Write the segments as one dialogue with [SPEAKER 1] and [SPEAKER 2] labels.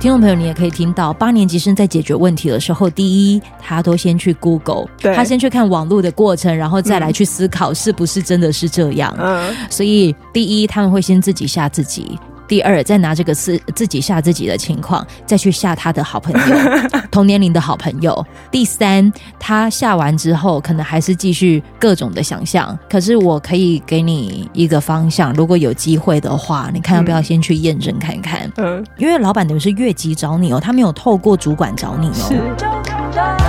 [SPEAKER 1] 听众朋友，你也可以听到，八年级生在解决问题的时候，第一，他都先去 Google，
[SPEAKER 2] 对
[SPEAKER 1] 他先去看网络的过程，然后再来去思考是不是真的是这样。
[SPEAKER 2] 嗯，
[SPEAKER 1] 所以，第一，他们会先自己吓自己。第二，再拿这个自自己吓自己的情况，再去吓他的好朋友， 同年龄的好朋友。第三，他吓完之后，可能还是继续各种的想象。可是我可以给你一个方向，如果有机会的话，你看要不要先去验证看看？
[SPEAKER 2] 嗯，
[SPEAKER 1] 因为老板等于是越级找你哦，他没有透过主管找你
[SPEAKER 2] 是
[SPEAKER 1] 哦。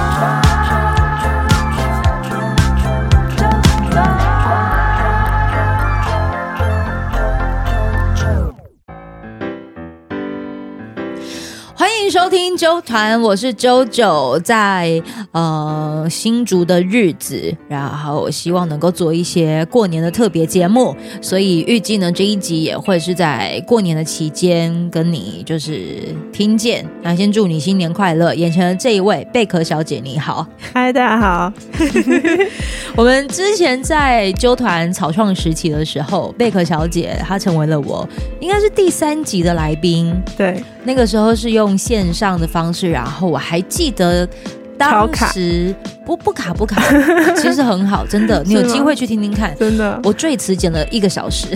[SPEAKER 1] 欢迎收听周团，我是周九，在呃新竹的日子，然后我希望能够做一些过年的特别节目，所以预计呢这一集也会是在过年的期间跟你就是听见。那先祝你新年快乐！眼前的这一位贝壳小姐，你好。
[SPEAKER 2] 嗨，大家好，
[SPEAKER 1] 我们之前在纠团草创时期的时候，贝壳小姐她成为了我应该是第三集的来宾。
[SPEAKER 2] 对，
[SPEAKER 1] 那个时候是用线上的方式，然后我还记得
[SPEAKER 2] 超
[SPEAKER 1] 当
[SPEAKER 2] 卡
[SPEAKER 1] 时不不卡不 卡，其实很好，真的，你有
[SPEAKER 2] 是吗
[SPEAKER 1] 机会去听听看。
[SPEAKER 2] 真的，
[SPEAKER 1] 我最迟剪了一个小 时，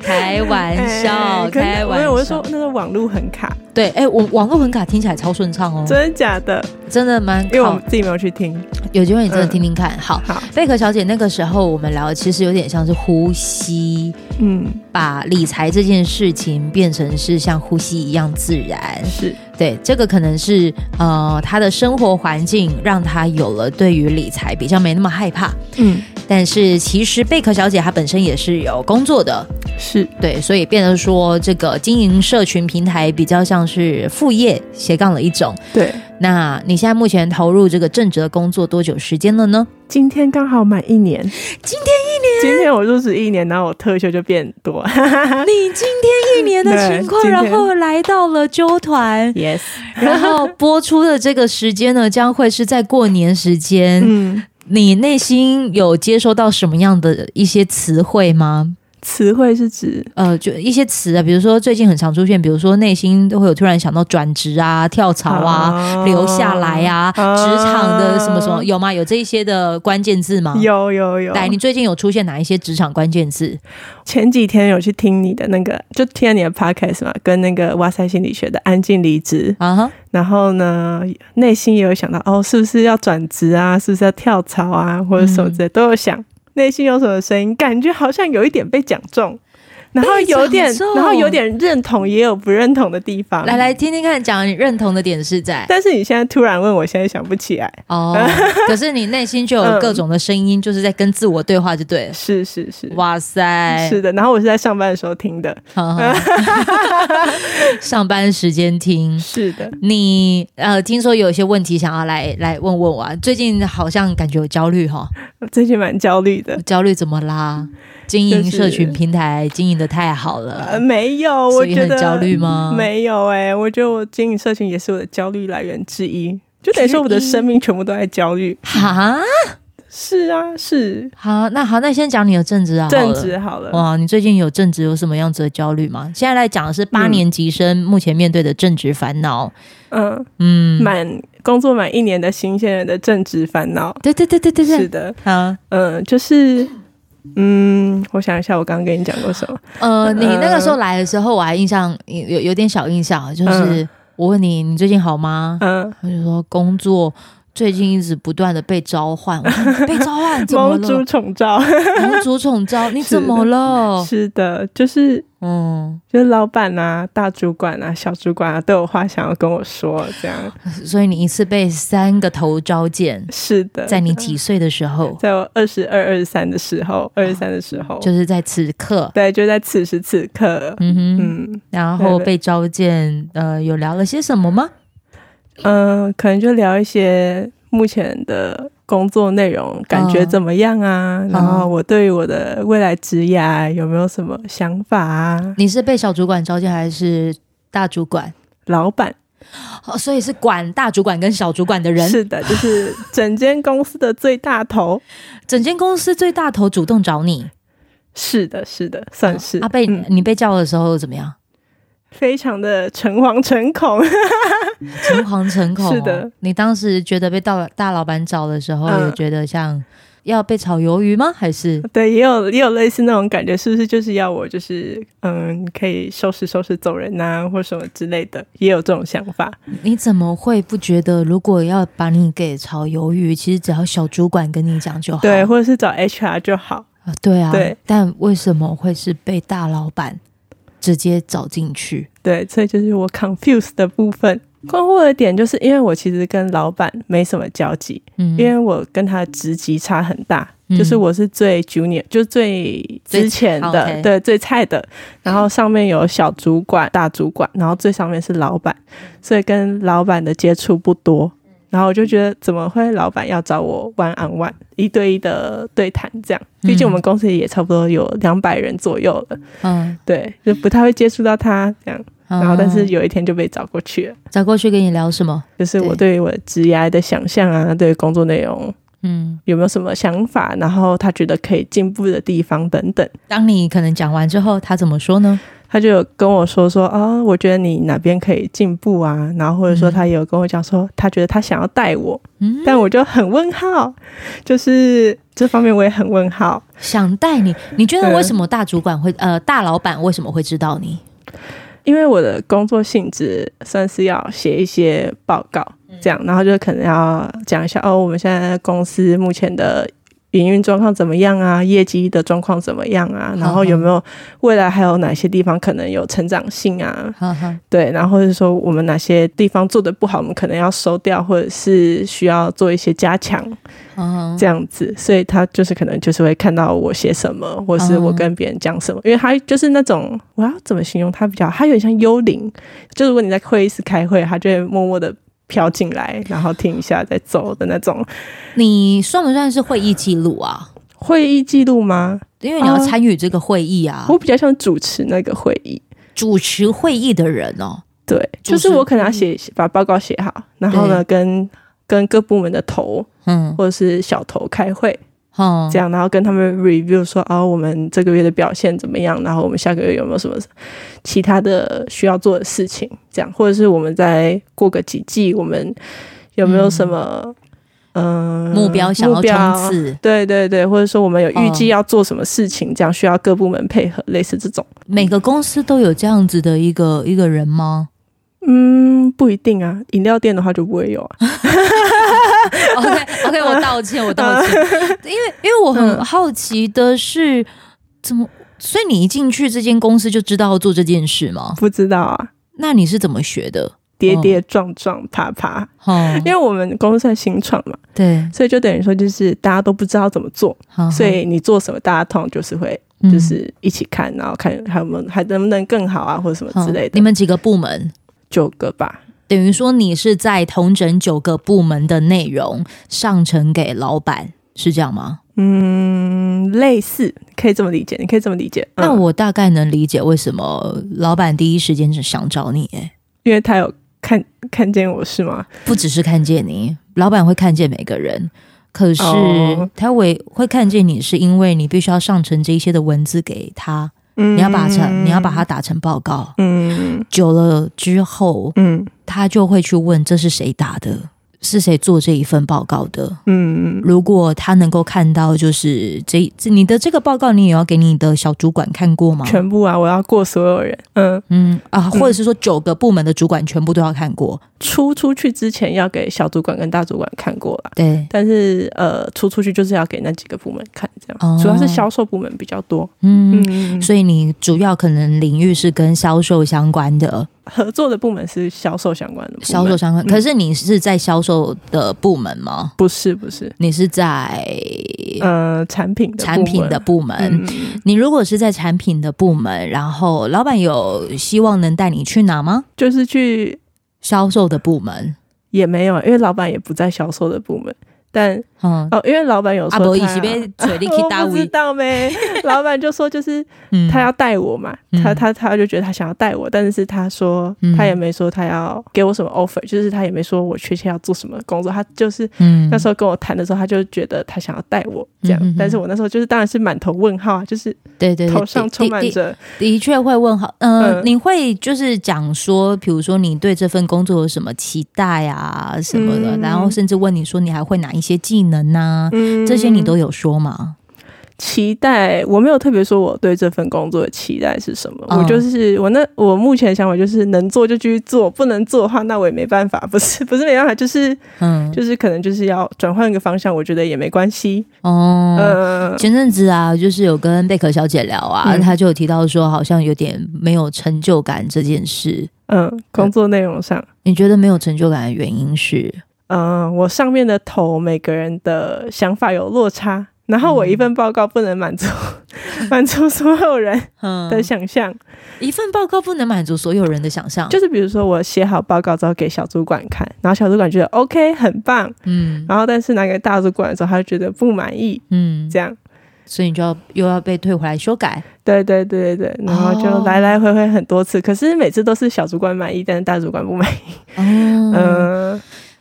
[SPEAKER 1] 开玩笑，
[SPEAKER 2] 哎可是
[SPEAKER 1] 开
[SPEAKER 2] 我有
[SPEAKER 1] 玩
[SPEAKER 2] 人说
[SPEAKER 1] 笑。
[SPEAKER 2] 那个网路很卡，
[SPEAKER 1] 对，哎、我网络文卡听起来超顺畅哦，
[SPEAKER 2] 真的假的？
[SPEAKER 1] 真的蛮
[SPEAKER 2] 因为我
[SPEAKER 1] 好
[SPEAKER 2] 们。自己没有去听。
[SPEAKER 1] 有机会你真的
[SPEAKER 2] 嗯
[SPEAKER 1] 听听看。好，
[SPEAKER 2] 好，
[SPEAKER 1] 贝壳小姐那个时候我们聊的其实有点像是呼吸，
[SPEAKER 2] 嗯，
[SPEAKER 1] 把理财这件事情变成是像呼吸一样自然。
[SPEAKER 2] 是，
[SPEAKER 1] 对，这个可能是呃，他的生活环境让他有了对于理财比较没那么害怕。
[SPEAKER 2] 嗯，
[SPEAKER 1] 但是其实贝壳小姐她本身也是有工作的，
[SPEAKER 2] 是，
[SPEAKER 1] 对，所以变成说这个经营社群平台比较像是副业斜杠的一种。
[SPEAKER 2] 对。
[SPEAKER 1] 那你现在目前投入这个正职的工作多久时间了呢？
[SPEAKER 2] 今天刚好满一年，
[SPEAKER 1] 今
[SPEAKER 2] 天一年，今天我入职一年，然后我特休就变多
[SPEAKER 1] 你今天一年的
[SPEAKER 2] 对
[SPEAKER 1] 情况，
[SPEAKER 2] 今
[SPEAKER 1] 然
[SPEAKER 2] 天
[SPEAKER 1] 后来到了纠 团，
[SPEAKER 2] ，yes，
[SPEAKER 1] 然后播出的这个时间呢，将会是在过年时间。
[SPEAKER 2] 嗯，
[SPEAKER 1] 你内心有接收到什么样的一些词汇吗？
[SPEAKER 2] 词汇是指
[SPEAKER 1] 呃，就一些词啊，比如说最近很常出现，比如说内心都会有突然想到转职啊、跳槽啊、
[SPEAKER 2] 啊
[SPEAKER 1] 留下来啊、
[SPEAKER 2] 啊
[SPEAKER 1] 职场的什么什么，有吗？有这一些的关键字吗？。
[SPEAKER 2] 有有有，
[SPEAKER 1] 来，你最近有出现哪一些职场关键字？
[SPEAKER 2] 前几天有去听你的那个，就听了你的 podcast 嘛，跟那个哇塞心理学的安静离职，
[SPEAKER 1] 啊哈，
[SPEAKER 2] 然后呢，内心也有想到哦，是不是要转职啊，是不是要跳槽啊，或者什么之类，
[SPEAKER 1] 嗯
[SPEAKER 2] 都有想，内心有什么声音，感觉好像有一点被讲中。然后有点
[SPEAKER 1] 被讲，中
[SPEAKER 2] 然后有点认同，也有不认同的地方。
[SPEAKER 1] 来来听听看，讲你认同的点是在
[SPEAKER 2] 但是你现在突然问我，现在想不起来。
[SPEAKER 1] 哦，可是你内心就有
[SPEAKER 2] 嗯
[SPEAKER 1] 各种的声音，就是在跟自我对话，就对了。
[SPEAKER 2] 是是是，
[SPEAKER 1] 哇塞，
[SPEAKER 2] 是的。然后我是在上班的时候听的。
[SPEAKER 1] 哈 哈上班时间听。
[SPEAKER 2] 是的，
[SPEAKER 1] 你呃，听说有一些问题想要来来问问我、啊，最近好像感觉有焦虑哈，
[SPEAKER 2] 我最近蛮焦虑的。
[SPEAKER 1] 焦虑怎么啦？经
[SPEAKER 2] 就
[SPEAKER 1] 营
[SPEAKER 2] 是
[SPEAKER 1] 社群平台经营的太好
[SPEAKER 2] 呃，
[SPEAKER 1] 了，
[SPEAKER 2] 没有，我
[SPEAKER 1] 所以
[SPEAKER 2] 觉
[SPEAKER 1] 很
[SPEAKER 2] 得
[SPEAKER 1] 焦虑吗？
[SPEAKER 2] 没有哎、我觉得我经营社群也是我的焦虑来源之一，就等于说我的
[SPEAKER 1] 之一
[SPEAKER 2] 生命全部都在焦虑。
[SPEAKER 1] 哈，
[SPEAKER 2] 是啊，是
[SPEAKER 1] 好，那好，那先讲你的正职啊，
[SPEAKER 2] 正职好
[SPEAKER 1] 好了。
[SPEAKER 2] 了。
[SPEAKER 1] 哇，你最近有正职有什么样子的焦虑吗？现在来讲的是八
[SPEAKER 2] 嗯
[SPEAKER 1] 年级生目前面对的正职烦恼。
[SPEAKER 2] 嗯，
[SPEAKER 1] 嗯，
[SPEAKER 2] 满工作满一年的新鲜人的正职烦恼。
[SPEAKER 1] 对对对对对
[SPEAKER 2] 是
[SPEAKER 1] 对，
[SPEAKER 2] 的，
[SPEAKER 1] 好，
[SPEAKER 2] 嗯，就是嗯，我想一下，我刚刚跟你讲过什么？
[SPEAKER 1] 呃，你
[SPEAKER 2] 嗯
[SPEAKER 1] 那个时候来的时候，我还印象有有有点小印象，就是我问你你最近好吗？
[SPEAKER 2] 嗯，
[SPEAKER 1] 他就说工作最近一直不断的被召唤，我 说被召唤怎么
[SPEAKER 2] 猫
[SPEAKER 1] 了？
[SPEAKER 2] 猪宠照。
[SPEAKER 1] 盟主宠 召，你怎么了？
[SPEAKER 2] 是的，就是。
[SPEAKER 1] 嗯，
[SPEAKER 2] 就是老板啊、大主管啊、小主管啊，都有话想要跟我说，这样
[SPEAKER 1] 所以你一次被三个头召见，
[SPEAKER 2] 是的，嗯
[SPEAKER 1] 在你几岁的时候，
[SPEAKER 2] 在我二十二、二十三的时候，二十三的时候，
[SPEAKER 1] 就是在此刻。
[SPEAKER 2] 对，就在此时此刻，
[SPEAKER 1] 嗯哼，
[SPEAKER 2] 嗯
[SPEAKER 1] 然
[SPEAKER 2] 对
[SPEAKER 1] 后
[SPEAKER 2] 对
[SPEAKER 1] 被召见，呃，有聊了些什么吗？
[SPEAKER 2] 嗯、呃可能就聊一些目前的工作内容，感觉怎么样啊？然后我对于我的未来职涯有没有什么想法啊？
[SPEAKER 1] 你是被小主管召见还是大主管？
[SPEAKER 2] 老板
[SPEAKER 1] 哦，所以是管大主管跟小主管的人。
[SPEAKER 2] 是的，就是整间公司的最大头，
[SPEAKER 1] 整间公司最大头主动找你，
[SPEAKER 2] 是的，是的，算是
[SPEAKER 1] 啊被、
[SPEAKER 2] 嗯
[SPEAKER 1] 你被叫的时候怎么样？
[SPEAKER 2] 非常的诚惶诚恐。
[SPEAKER 1] 诚惶诚恐、哦
[SPEAKER 2] 是的，
[SPEAKER 1] 你当时觉得被大大老板找的时候，
[SPEAKER 2] 嗯
[SPEAKER 1] 有觉得像要被炒鱿鱼吗？还 是
[SPEAKER 2] 对，也有也有类似那种感觉，是不是就是要我就是嗯，可以收拾收拾走人呐、或什么之类的，也有这种想法。
[SPEAKER 1] 你怎么会不觉得，如果要把你给炒鱿鱼，其实只要小主管跟你讲就好。
[SPEAKER 2] 对，或者是找 HR 就好。
[SPEAKER 1] 啊对啊，
[SPEAKER 2] 对
[SPEAKER 1] 但为什么会是被大老板直接找进去？
[SPEAKER 2] 对，所以就是我 confuse 的部分。困惑的点就是因为我其实跟老板没什么交集，
[SPEAKER 1] 嗯
[SPEAKER 2] 因为我跟他的职级差很大，
[SPEAKER 1] 嗯
[SPEAKER 2] 就是我是最 junior，就是最之前
[SPEAKER 1] 最
[SPEAKER 2] 的，
[SPEAKER 1] 菜
[SPEAKER 2] 对，最菜的。然后上面有小主管、大主管，然后最上面是老板，所以跟老板的接触不多。然后我就觉得，怎么会老板要找我 one on one 一对一的对谈这样？毕竟我们公司也差不多有两百人左右了，
[SPEAKER 1] 嗯，
[SPEAKER 2] 对，就不太会接触到他这样。然后，但是有一天就被找过去了，
[SPEAKER 1] 找过去跟你聊什么？
[SPEAKER 2] 就是我对于我的职业的想象啊，对于工作内容
[SPEAKER 1] 嗯，
[SPEAKER 2] 有没有什么想法，然后他觉得可以进步的地方等等，
[SPEAKER 1] 当你可能讲完之后，他怎么说呢？
[SPEAKER 2] 他就有跟我说说啊、我觉得你哪边可以进步啊，然后或者说
[SPEAKER 1] 嗯
[SPEAKER 2] 他也有跟我讲说，他觉得他想要带我，
[SPEAKER 1] 嗯，
[SPEAKER 2] 但我就很问号，就是这方面我也很问号，
[SPEAKER 1] 想带你，你觉得
[SPEAKER 2] 对
[SPEAKER 1] 为什么大主管会呃大老板为什么会知道你？
[SPEAKER 2] 因为我的工作性质算是要写一些报告，这样，然后就可能要讲一下哦，我们现在公司目前的营运状况怎么样啊，业绩的状况怎么样啊，然后有没有未来还有哪些地方可能有成长性啊？
[SPEAKER 1] 哈哈，
[SPEAKER 2] 对，然后或者说我们哪些地方做的不好，我们可能要收掉，或者是需要做一些加强
[SPEAKER 1] 嗯，
[SPEAKER 2] 这样子。所以他就是可能就是会看到我写什么，或是
[SPEAKER 1] 嗯
[SPEAKER 2] 我跟别人讲什么，因为他就是那种我要怎么形容他比较好，他有点像幽灵，就如果你在会议室开会，他就会默默的。飘进来，然后听一下再走的那种
[SPEAKER 1] 你算不算是会议记录啊？
[SPEAKER 2] 会议记录吗？
[SPEAKER 1] 因为你要
[SPEAKER 2] 哦
[SPEAKER 1] 参与这个会议啊，
[SPEAKER 2] 呃我比较像主持那个会议，
[SPEAKER 1] 主持会议的人哦，
[SPEAKER 2] 对，
[SPEAKER 1] 主持嗯
[SPEAKER 2] 就是我可能要写把报告写好，然后呢跟跟各部门的头
[SPEAKER 1] 嗯
[SPEAKER 2] 或者是小头开会，
[SPEAKER 1] 嗯，
[SPEAKER 2] 这样，然后跟他们 review 说啊、我们这个月的表现怎么样，然后我们下个月有没有什么其他的需要做的事情，这样，或者是我们再过个几季，我们有没有什么嗯、呃
[SPEAKER 1] 目标想要
[SPEAKER 2] 目标
[SPEAKER 1] 冲刺，
[SPEAKER 2] 对对对，或者说我们有预计
[SPEAKER 1] 嗯
[SPEAKER 2] 要做什么事情，这样需要各部门配合，类似这种。
[SPEAKER 1] 每个公司都有这样子的一个一个人 吗？
[SPEAKER 2] 嗯，不一定啊，饮料店的话就不会有啊。
[SPEAKER 1] OK OK，我道歉，我道歉，
[SPEAKER 2] 呃
[SPEAKER 1] 因为因为我
[SPEAKER 2] 嗯
[SPEAKER 1] 很好奇的是，怎么？所以你一进去这间公司就知道要做这件事吗？
[SPEAKER 2] 不知道啊，
[SPEAKER 1] 那你是怎么学的？
[SPEAKER 2] 跌跌撞撞，爬爬。
[SPEAKER 1] 哦，
[SPEAKER 2] 因为我们公司算新创嘛，
[SPEAKER 1] 对，
[SPEAKER 2] 所以就等于说就是大家都不知道怎么做，
[SPEAKER 1] 好
[SPEAKER 2] 所以你做什么，大家通常就是会
[SPEAKER 1] 嗯
[SPEAKER 2] 就是一起看，然后看还有没有还能不能更好啊，或者什么
[SPEAKER 1] 好
[SPEAKER 2] 之类
[SPEAKER 1] 你
[SPEAKER 2] 的。
[SPEAKER 1] 们几个部门？
[SPEAKER 2] 九个吧，
[SPEAKER 1] 等于说你是在同整九个部门的内容上呈给老板，是这样吗？
[SPEAKER 2] 嗯，类似可以这么理解，你可以这么理解。嗯
[SPEAKER 1] 那我大概能理解为什么老板第一时间是想找 你、欸，
[SPEAKER 2] 因为他有看看见我是吗？
[SPEAKER 1] 不只是看见你，老板会看见每个人，可是
[SPEAKER 2] 哦
[SPEAKER 1] 他会会看见你，是因为你必须要上传这一些的文字给他，
[SPEAKER 2] 嗯，
[SPEAKER 1] 你要把成，你要把它打成报告。
[SPEAKER 2] 嗯
[SPEAKER 1] 久了之后，
[SPEAKER 2] 嗯
[SPEAKER 1] 他就会去问这是谁打的，是谁做这一份报告的。
[SPEAKER 2] 嗯
[SPEAKER 1] 如果他能够看到，就是这这你的这个报告，你也要给你的小主管看过吗
[SPEAKER 2] 嗯，？全部啊，我要过所有人。嗯，
[SPEAKER 1] 嗯啊，或者是说九个部门的主管全部都要看过？
[SPEAKER 2] 出出去之前要给小主管跟大主管看过了。
[SPEAKER 1] 对，
[SPEAKER 2] 但是呃，出出去就是要给那几个部门看，这样、
[SPEAKER 1] 哦
[SPEAKER 2] 主要是销售部门比较多。
[SPEAKER 1] 嗯，
[SPEAKER 2] 嗯，
[SPEAKER 1] 所以你主要可能领域是跟销售相关的，
[SPEAKER 2] 合作的部门是销售相关的部门，
[SPEAKER 1] 销售相关。
[SPEAKER 2] 嗯
[SPEAKER 1] 可是你是在销售的部门吗？
[SPEAKER 2] 不是不是，
[SPEAKER 1] 你是在
[SPEAKER 2] 呃，产品的部
[SPEAKER 1] 产
[SPEAKER 2] 门
[SPEAKER 1] 品的部门？
[SPEAKER 2] 嗯，嗯
[SPEAKER 1] 你如果是在产品的部门，然后老板有希望能带你去哪吗？
[SPEAKER 2] 就是去
[SPEAKER 1] 销售的部门，
[SPEAKER 2] 也没有，因为老板也不在销售的部门，但
[SPEAKER 1] 嗯，
[SPEAKER 2] 哦，因为老板有
[SPEAKER 1] 阿
[SPEAKER 2] 说
[SPEAKER 1] 伯一
[SPEAKER 2] 他
[SPEAKER 1] 起被嘴里去打
[SPEAKER 2] 我不知
[SPEAKER 1] 尾，
[SPEAKER 2] 道没，老板就说就是
[SPEAKER 1] 嗯
[SPEAKER 2] 他要带我嘛，
[SPEAKER 1] 嗯
[SPEAKER 2] 他他他就觉得他想要带我，但是他说
[SPEAKER 1] 嗯
[SPEAKER 2] 他也没说他要给我什么 offer，就是他也没说我确切要做什么工作，他就是
[SPEAKER 1] 嗯
[SPEAKER 2] 那时候跟我谈的时候，他就觉得他想要带我这样，
[SPEAKER 1] 嗯呃嗯嗯
[SPEAKER 2] 但是我那时候就是当然是满头问号啊，就是
[SPEAKER 1] 对对对
[SPEAKER 2] 头上
[SPEAKER 1] 的
[SPEAKER 2] 充满
[SPEAKER 1] 的
[SPEAKER 2] 着
[SPEAKER 1] 的确会问好，嗯、
[SPEAKER 2] 嗯
[SPEAKER 1] 你会就是讲说，比如说你对这份工作有什么期待啊什么的，
[SPEAKER 2] 嗯
[SPEAKER 1] 然后甚至问你说你还会哪一些技能呐、
[SPEAKER 2] 嗯
[SPEAKER 1] 这些你都有说吗？
[SPEAKER 2] 期待，我没有特别说我对这份工作的期待是什么，
[SPEAKER 1] 嗯
[SPEAKER 2] 我就是我那我目前的想法就是能做就继续做，不能做的话那我也没办法，不是 不是没办法，就是
[SPEAKER 1] 嗯，
[SPEAKER 2] 就是可能就是要转换一个方向，我觉得也没关系，
[SPEAKER 1] 哦。
[SPEAKER 2] 呃，
[SPEAKER 1] 前阵子啊，就是有跟贝壳小姐聊啊，
[SPEAKER 2] 嗯
[SPEAKER 1] 她就有提到说，好像有点没有成就感这件事。
[SPEAKER 2] 嗯，工作内容上，
[SPEAKER 1] 你觉得没有成就感的原因是？
[SPEAKER 2] 嗯，我上面的头每个人的想法有落差，然后我一份报告不能满足 满足所有人
[SPEAKER 1] 嗯
[SPEAKER 2] 的想象，
[SPEAKER 1] 一份报告不能满足所有人的想象。
[SPEAKER 2] 就是比如说我写好报告之后给小主管看，然后小主管觉得 OK 很棒，
[SPEAKER 1] 嗯
[SPEAKER 2] 然后但是拿给大主管的时候，他就觉得不满意，
[SPEAKER 1] 嗯，
[SPEAKER 2] 这样。
[SPEAKER 1] 所以你就要又要被退回来修改。
[SPEAKER 2] 对对对对对，然后
[SPEAKER 1] 哦
[SPEAKER 2] 就来来回回很多次，可是每次都是小主管满意，但是大主管不满意。
[SPEAKER 1] 哦，
[SPEAKER 2] 嗯，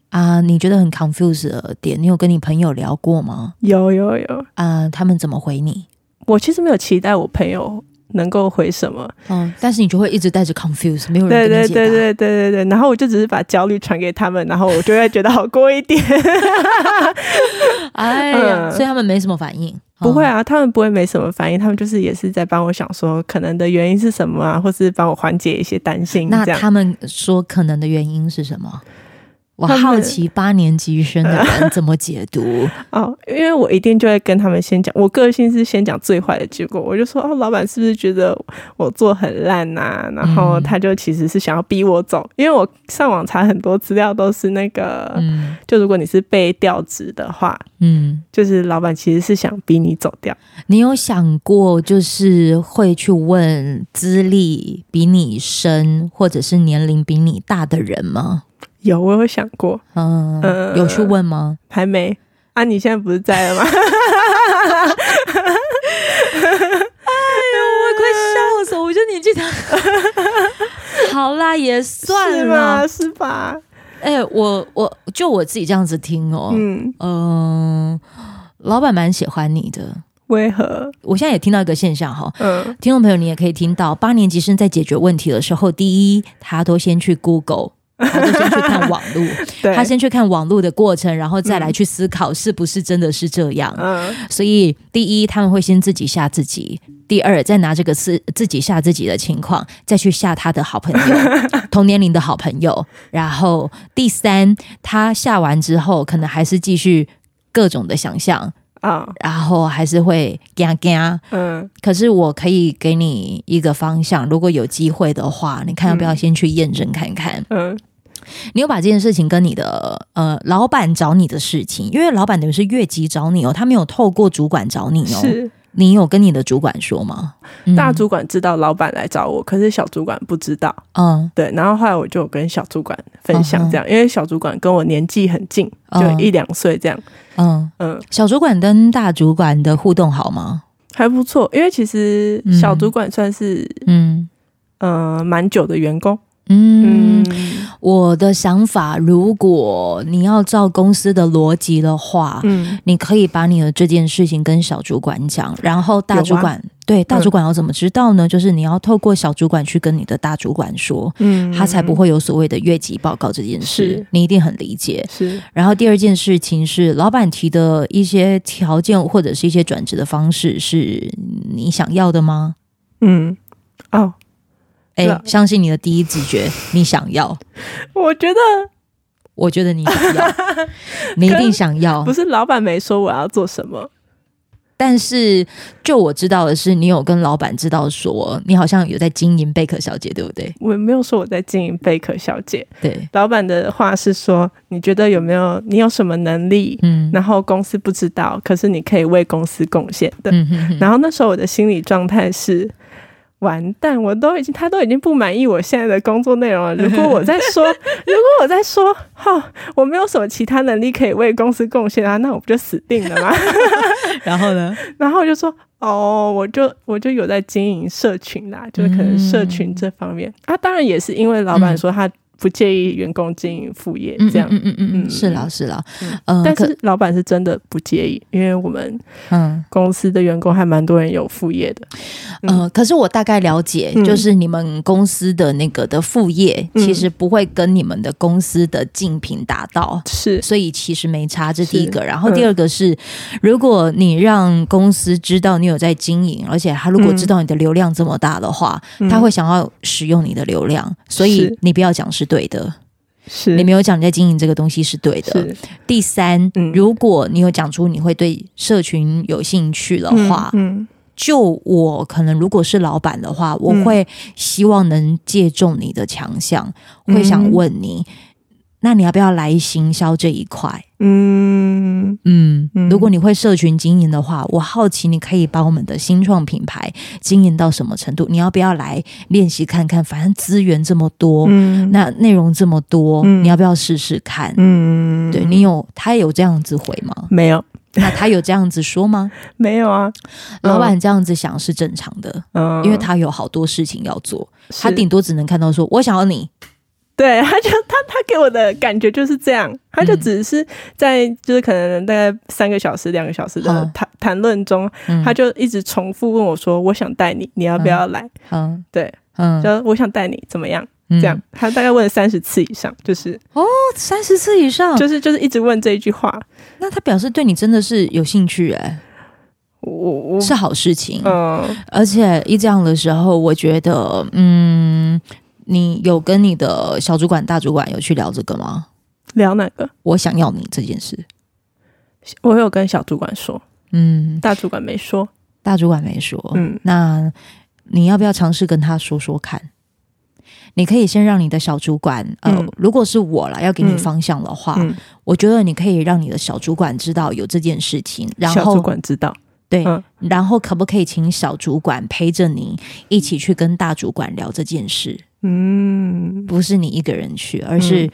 [SPEAKER 1] 啊，你觉得很 confused 的点，你有跟你朋友聊过吗？
[SPEAKER 2] 有有有，
[SPEAKER 1] 啊，他们怎么回你？
[SPEAKER 2] 我其实没有期待我朋友能够回什么，
[SPEAKER 1] 嗯，但是你就会一直带着 confused，没有
[SPEAKER 2] 哦对
[SPEAKER 1] 人跟
[SPEAKER 2] 对
[SPEAKER 1] 你解答。
[SPEAKER 2] 对对对对对，然后我就只是把焦虑传给他们，然后我就会觉得好过一 点。
[SPEAKER 1] 哎呀，
[SPEAKER 2] 嗯
[SPEAKER 1] 所以他们没什么反应。
[SPEAKER 2] 不会
[SPEAKER 1] 哦，
[SPEAKER 2] 啊，他们不会没什么反应，他们就是也是在帮我想说可能的原因是什么啊，或是帮我缓解一些担心
[SPEAKER 1] 嗯那
[SPEAKER 2] 这样。
[SPEAKER 1] 他们说可能的原因是什么？我
[SPEAKER 2] 他们
[SPEAKER 1] 好奇八年级生的人怎么解 读。
[SPEAKER 2] 哦，因为我一定就会跟他们先讲，我个性是先讲最坏的结果，我就说哦，老板是不是觉得我做很烂呐、然后
[SPEAKER 1] 嗯
[SPEAKER 2] 他就其实是想要逼我走，因为我上网查很多资料都是那个，
[SPEAKER 1] 嗯
[SPEAKER 2] 就如果你是被调职的话，
[SPEAKER 1] 嗯，
[SPEAKER 2] 就是老板其实是想逼你走掉。
[SPEAKER 1] 你有想过就是会去问资历比你深或者是年龄比你大的人吗？
[SPEAKER 2] 有，我有想过，
[SPEAKER 1] 嗯，
[SPEAKER 2] 呃
[SPEAKER 1] 有去问吗？
[SPEAKER 2] 还没啊？你现在不是在了吗？
[SPEAKER 1] 我快笑死我！我觉得年纪大， 好啦，也 算
[SPEAKER 2] 是
[SPEAKER 1] 啦
[SPEAKER 2] 吗？。是吧？
[SPEAKER 1] 哎、我我就我自己这样子听哦，
[SPEAKER 2] 嗯，
[SPEAKER 1] 嗯、老板蛮喜欢你的。
[SPEAKER 2] 为何？
[SPEAKER 1] 我现在也听到一个现象哈，
[SPEAKER 2] 嗯，
[SPEAKER 1] 听众朋友你也可以听到，八年级生在解决问题的时候，第一他都先去 Google。他都先去看网络，
[SPEAKER 2] 对，
[SPEAKER 1] 他先去看网络的过程，然后再来去思考是不是真的是这样。
[SPEAKER 2] 嗯
[SPEAKER 1] 所以，第一，他们会先自己吓自己；第二，再拿这个自自己吓自己的情况，再去吓他的好朋友、 同年龄的好朋友。然后，第三，他吓完之后，可能还是继续各种的想象，
[SPEAKER 2] 啊
[SPEAKER 1] 然后还是会嘎嘎。
[SPEAKER 2] 嗯
[SPEAKER 1] 可是，我可以给你一个方向，如果有机会的话，你看要不要先去验证看看？
[SPEAKER 2] 嗯
[SPEAKER 1] 你有把这件事情跟你的呃老板找你的事情，因为老板等于是越级找你哦，他没有透过主管找你哦。
[SPEAKER 2] 是
[SPEAKER 1] 你有跟你的主管说吗？嗯
[SPEAKER 2] 大主管知道老板来找我，可是小主管不知道。
[SPEAKER 1] 嗯
[SPEAKER 2] 对，然后后来我就有跟小主管分
[SPEAKER 1] 嗯
[SPEAKER 2] 享
[SPEAKER 1] 哼
[SPEAKER 2] 这样，因为小主管跟我年纪很近，
[SPEAKER 1] 嗯
[SPEAKER 2] 就一两岁这样。
[SPEAKER 1] 嗯，
[SPEAKER 2] 嗯，
[SPEAKER 1] 小主管跟大主管的互动好吗？
[SPEAKER 2] 还不错，因为其实
[SPEAKER 1] 嗯
[SPEAKER 2] 小主管算是
[SPEAKER 1] 嗯
[SPEAKER 2] 呃蛮久的员工。
[SPEAKER 1] 嗯，我的想法，如果你要照公司的逻辑的话，
[SPEAKER 2] 嗯，
[SPEAKER 1] 你可以把你的这件事情跟小主管讲，然后
[SPEAKER 2] 啊
[SPEAKER 1] 大主管、对
[SPEAKER 2] 嗯
[SPEAKER 1] 大主管要怎么知道呢？就是你要透过小主管去跟你的大主管说，
[SPEAKER 2] 嗯
[SPEAKER 1] 他才不会有所谓的越级报告这件事
[SPEAKER 2] 是，
[SPEAKER 1] 你一定很理解。
[SPEAKER 2] 是
[SPEAKER 1] 然后第二件事情是，老板提的一些条件或者是一些转职的方式，是你想要的吗？
[SPEAKER 2] 嗯哦，
[SPEAKER 1] 哎、
[SPEAKER 2] 是啊
[SPEAKER 1] 相信你的第一直觉，你想要，
[SPEAKER 2] 我觉得
[SPEAKER 1] 我觉得你想 要，你一定想要
[SPEAKER 2] 不。是老板没说我要做什么，
[SPEAKER 1] 但是就我知道的是，你有跟老板知道说，你好像有在经营贝壳小姐，对不对？
[SPEAKER 2] 我没有说我在经营贝壳小姐。
[SPEAKER 1] 对，
[SPEAKER 2] 老板的话是说，你觉得有没有你有什么能力？
[SPEAKER 1] 嗯，
[SPEAKER 2] 然后公司不知道，可是你可以为公司贡献的。
[SPEAKER 1] 嗯哼哼
[SPEAKER 2] 然后那时候我的心理状态是，完蛋，我都已经他都已经不满意我现在的工作内容了。如果我在 说，如果我在说，哈、我没有什么其他能力可以为公司贡献啊，那我不就死定了吗？
[SPEAKER 1] 然后呢？
[SPEAKER 2] 然后我就说，哦，我就我就有在经营社群啦，就是可能社
[SPEAKER 1] 嗯
[SPEAKER 2] 群这方面、啊，当然也是因为老板说他不介意员工经营副业这样，
[SPEAKER 1] 嗯嗯嗯嗯，
[SPEAKER 2] 嗯
[SPEAKER 1] 是啦是啦，嗯，
[SPEAKER 2] 但
[SPEAKER 1] 可
[SPEAKER 2] 是老板是真的不介意，因为我们
[SPEAKER 1] 嗯
[SPEAKER 2] 公司的员工还蛮多人有副业的，
[SPEAKER 1] 呃，可是我大概了解，
[SPEAKER 2] 嗯
[SPEAKER 1] 就是你们公司的那个的副业，
[SPEAKER 2] 嗯
[SPEAKER 1] 其实不会跟你们的公司的竞品达到。
[SPEAKER 2] 是
[SPEAKER 1] 所以其实没差，这
[SPEAKER 2] 是嗯
[SPEAKER 1] 第一个。然后第二个是，如果你让公司知道你有在经营，而且他如果
[SPEAKER 2] 嗯
[SPEAKER 1] 知道你的流量这么大的话，他会想要使用你的流量。所以
[SPEAKER 2] 是
[SPEAKER 1] 你不要讲是对的，
[SPEAKER 2] 是
[SPEAKER 1] 你没有讲你在经营这个东西是对的。
[SPEAKER 2] 是
[SPEAKER 1] 第三，
[SPEAKER 2] 嗯
[SPEAKER 1] 如果你有讲出你会对社群有兴趣的话，
[SPEAKER 2] 嗯
[SPEAKER 1] 就我可能如果是老板的话，我会希望能借重你的强项，
[SPEAKER 2] 嗯
[SPEAKER 1] 会想问你，那你要不要来行销这一块？
[SPEAKER 2] 嗯
[SPEAKER 1] 嗯，
[SPEAKER 2] 嗯
[SPEAKER 1] 如果你会社群经营的话，我好奇你可以把我们的新创品牌经营到什么程度？你要不要来练习看看？反正资源这么多，
[SPEAKER 2] 嗯
[SPEAKER 1] 那内容这么多，
[SPEAKER 2] 嗯
[SPEAKER 1] 你要不要试试看？
[SPEAKER 2] 嗯
[SPEAKER 1] 对你有他有这样子回 吗？
[SPEAKER 2] 没有
[SPEAKER 1] 那他有这样子说吗？
[SPEAKER 2] 没有啊，
[SPEAKER 1] 老板这样子想是正常的，
[SPEAKER 2] 嗯，
[SPEAKER 1] 因为他有好多事情要做，
[SPEAKER 2] 是
[SPEAKER 1] 他顶多只能看到说我想要你，
[SPEAKER 2] 对， 他就他他给我的感觉就是这样，他
[SPEAKER 1] 嗯
[SPEAKER 2] 就只是在就是可能大概三个小时、两个小时的
[SPEAKER 1] 嗯
[SPEAKER 2] 谈谈论中，
[SPEAKER 1] 嗯
[SPEAKER 2] 他就一直重复问我说：“我想带你，你要不要来
[SPEAKER 1] 嗯？”
[SPEAKER 2] 对，
[SPEAKER 1] 嗯，
[SPEAKER 2] 就我想带你怎么样？
[SPEAKER 1] 这
[SPEAKER 2] 这样，他大概问了三十次以上，就是
[SPEAKER 1] 三十次以上，
[SPEAKER 2] 就是就是一直问这一句话。
[SPEAKER 1] 那他表示对你真的是有兴趣哎、
[SPEAKER 2] 我我
[SPEAKER 1] 是好事情，
[SPEAKER 2] 嗯
[SPEAKER 1] 而且一这样的时候，我觉得嗯，你有跟你的小主管、大主管有去聊这个吗？
[SPEAKER 2] 聊哪个？
[SPEAKER 1] 我想要你这件事，
[SPEAKER 2] 我有跟小主管说，
[SPEAKER 1] 嗯，哦
[SPEAKER 2] 大主管没说。
[SPEAKER 1] 大主管没说，
[SPEAKER 2] 嗯
[SPEAKER 1] 那你要不要尝试跟他说说看？你可以先让你的小主管，呃，
[SPEAKER 2] 嗯
[SPEAKER 1] 如果是我了，要给你
[SPEAKER 2] 嗯
[SPEAKER 1] 方向的话，
[SPEAKER 2] 嗯，
[SPEAKER 1] 我觉得你可以让你的小主管知道有这件事情，然
[SPEAKER 2] 小主
[SPEAKER 1] 后
[SPEAKER 2] 管知道。
[SPEAKER 1] 对，
[SPEAKER 2] 嗯
[SPEAKER 1] 然后可不可以请小主管陪着你一起去跟大主管聊这件事？
[SPEAKER 2] 嗯
[SPEAKER 1] 不是你一个人去，而是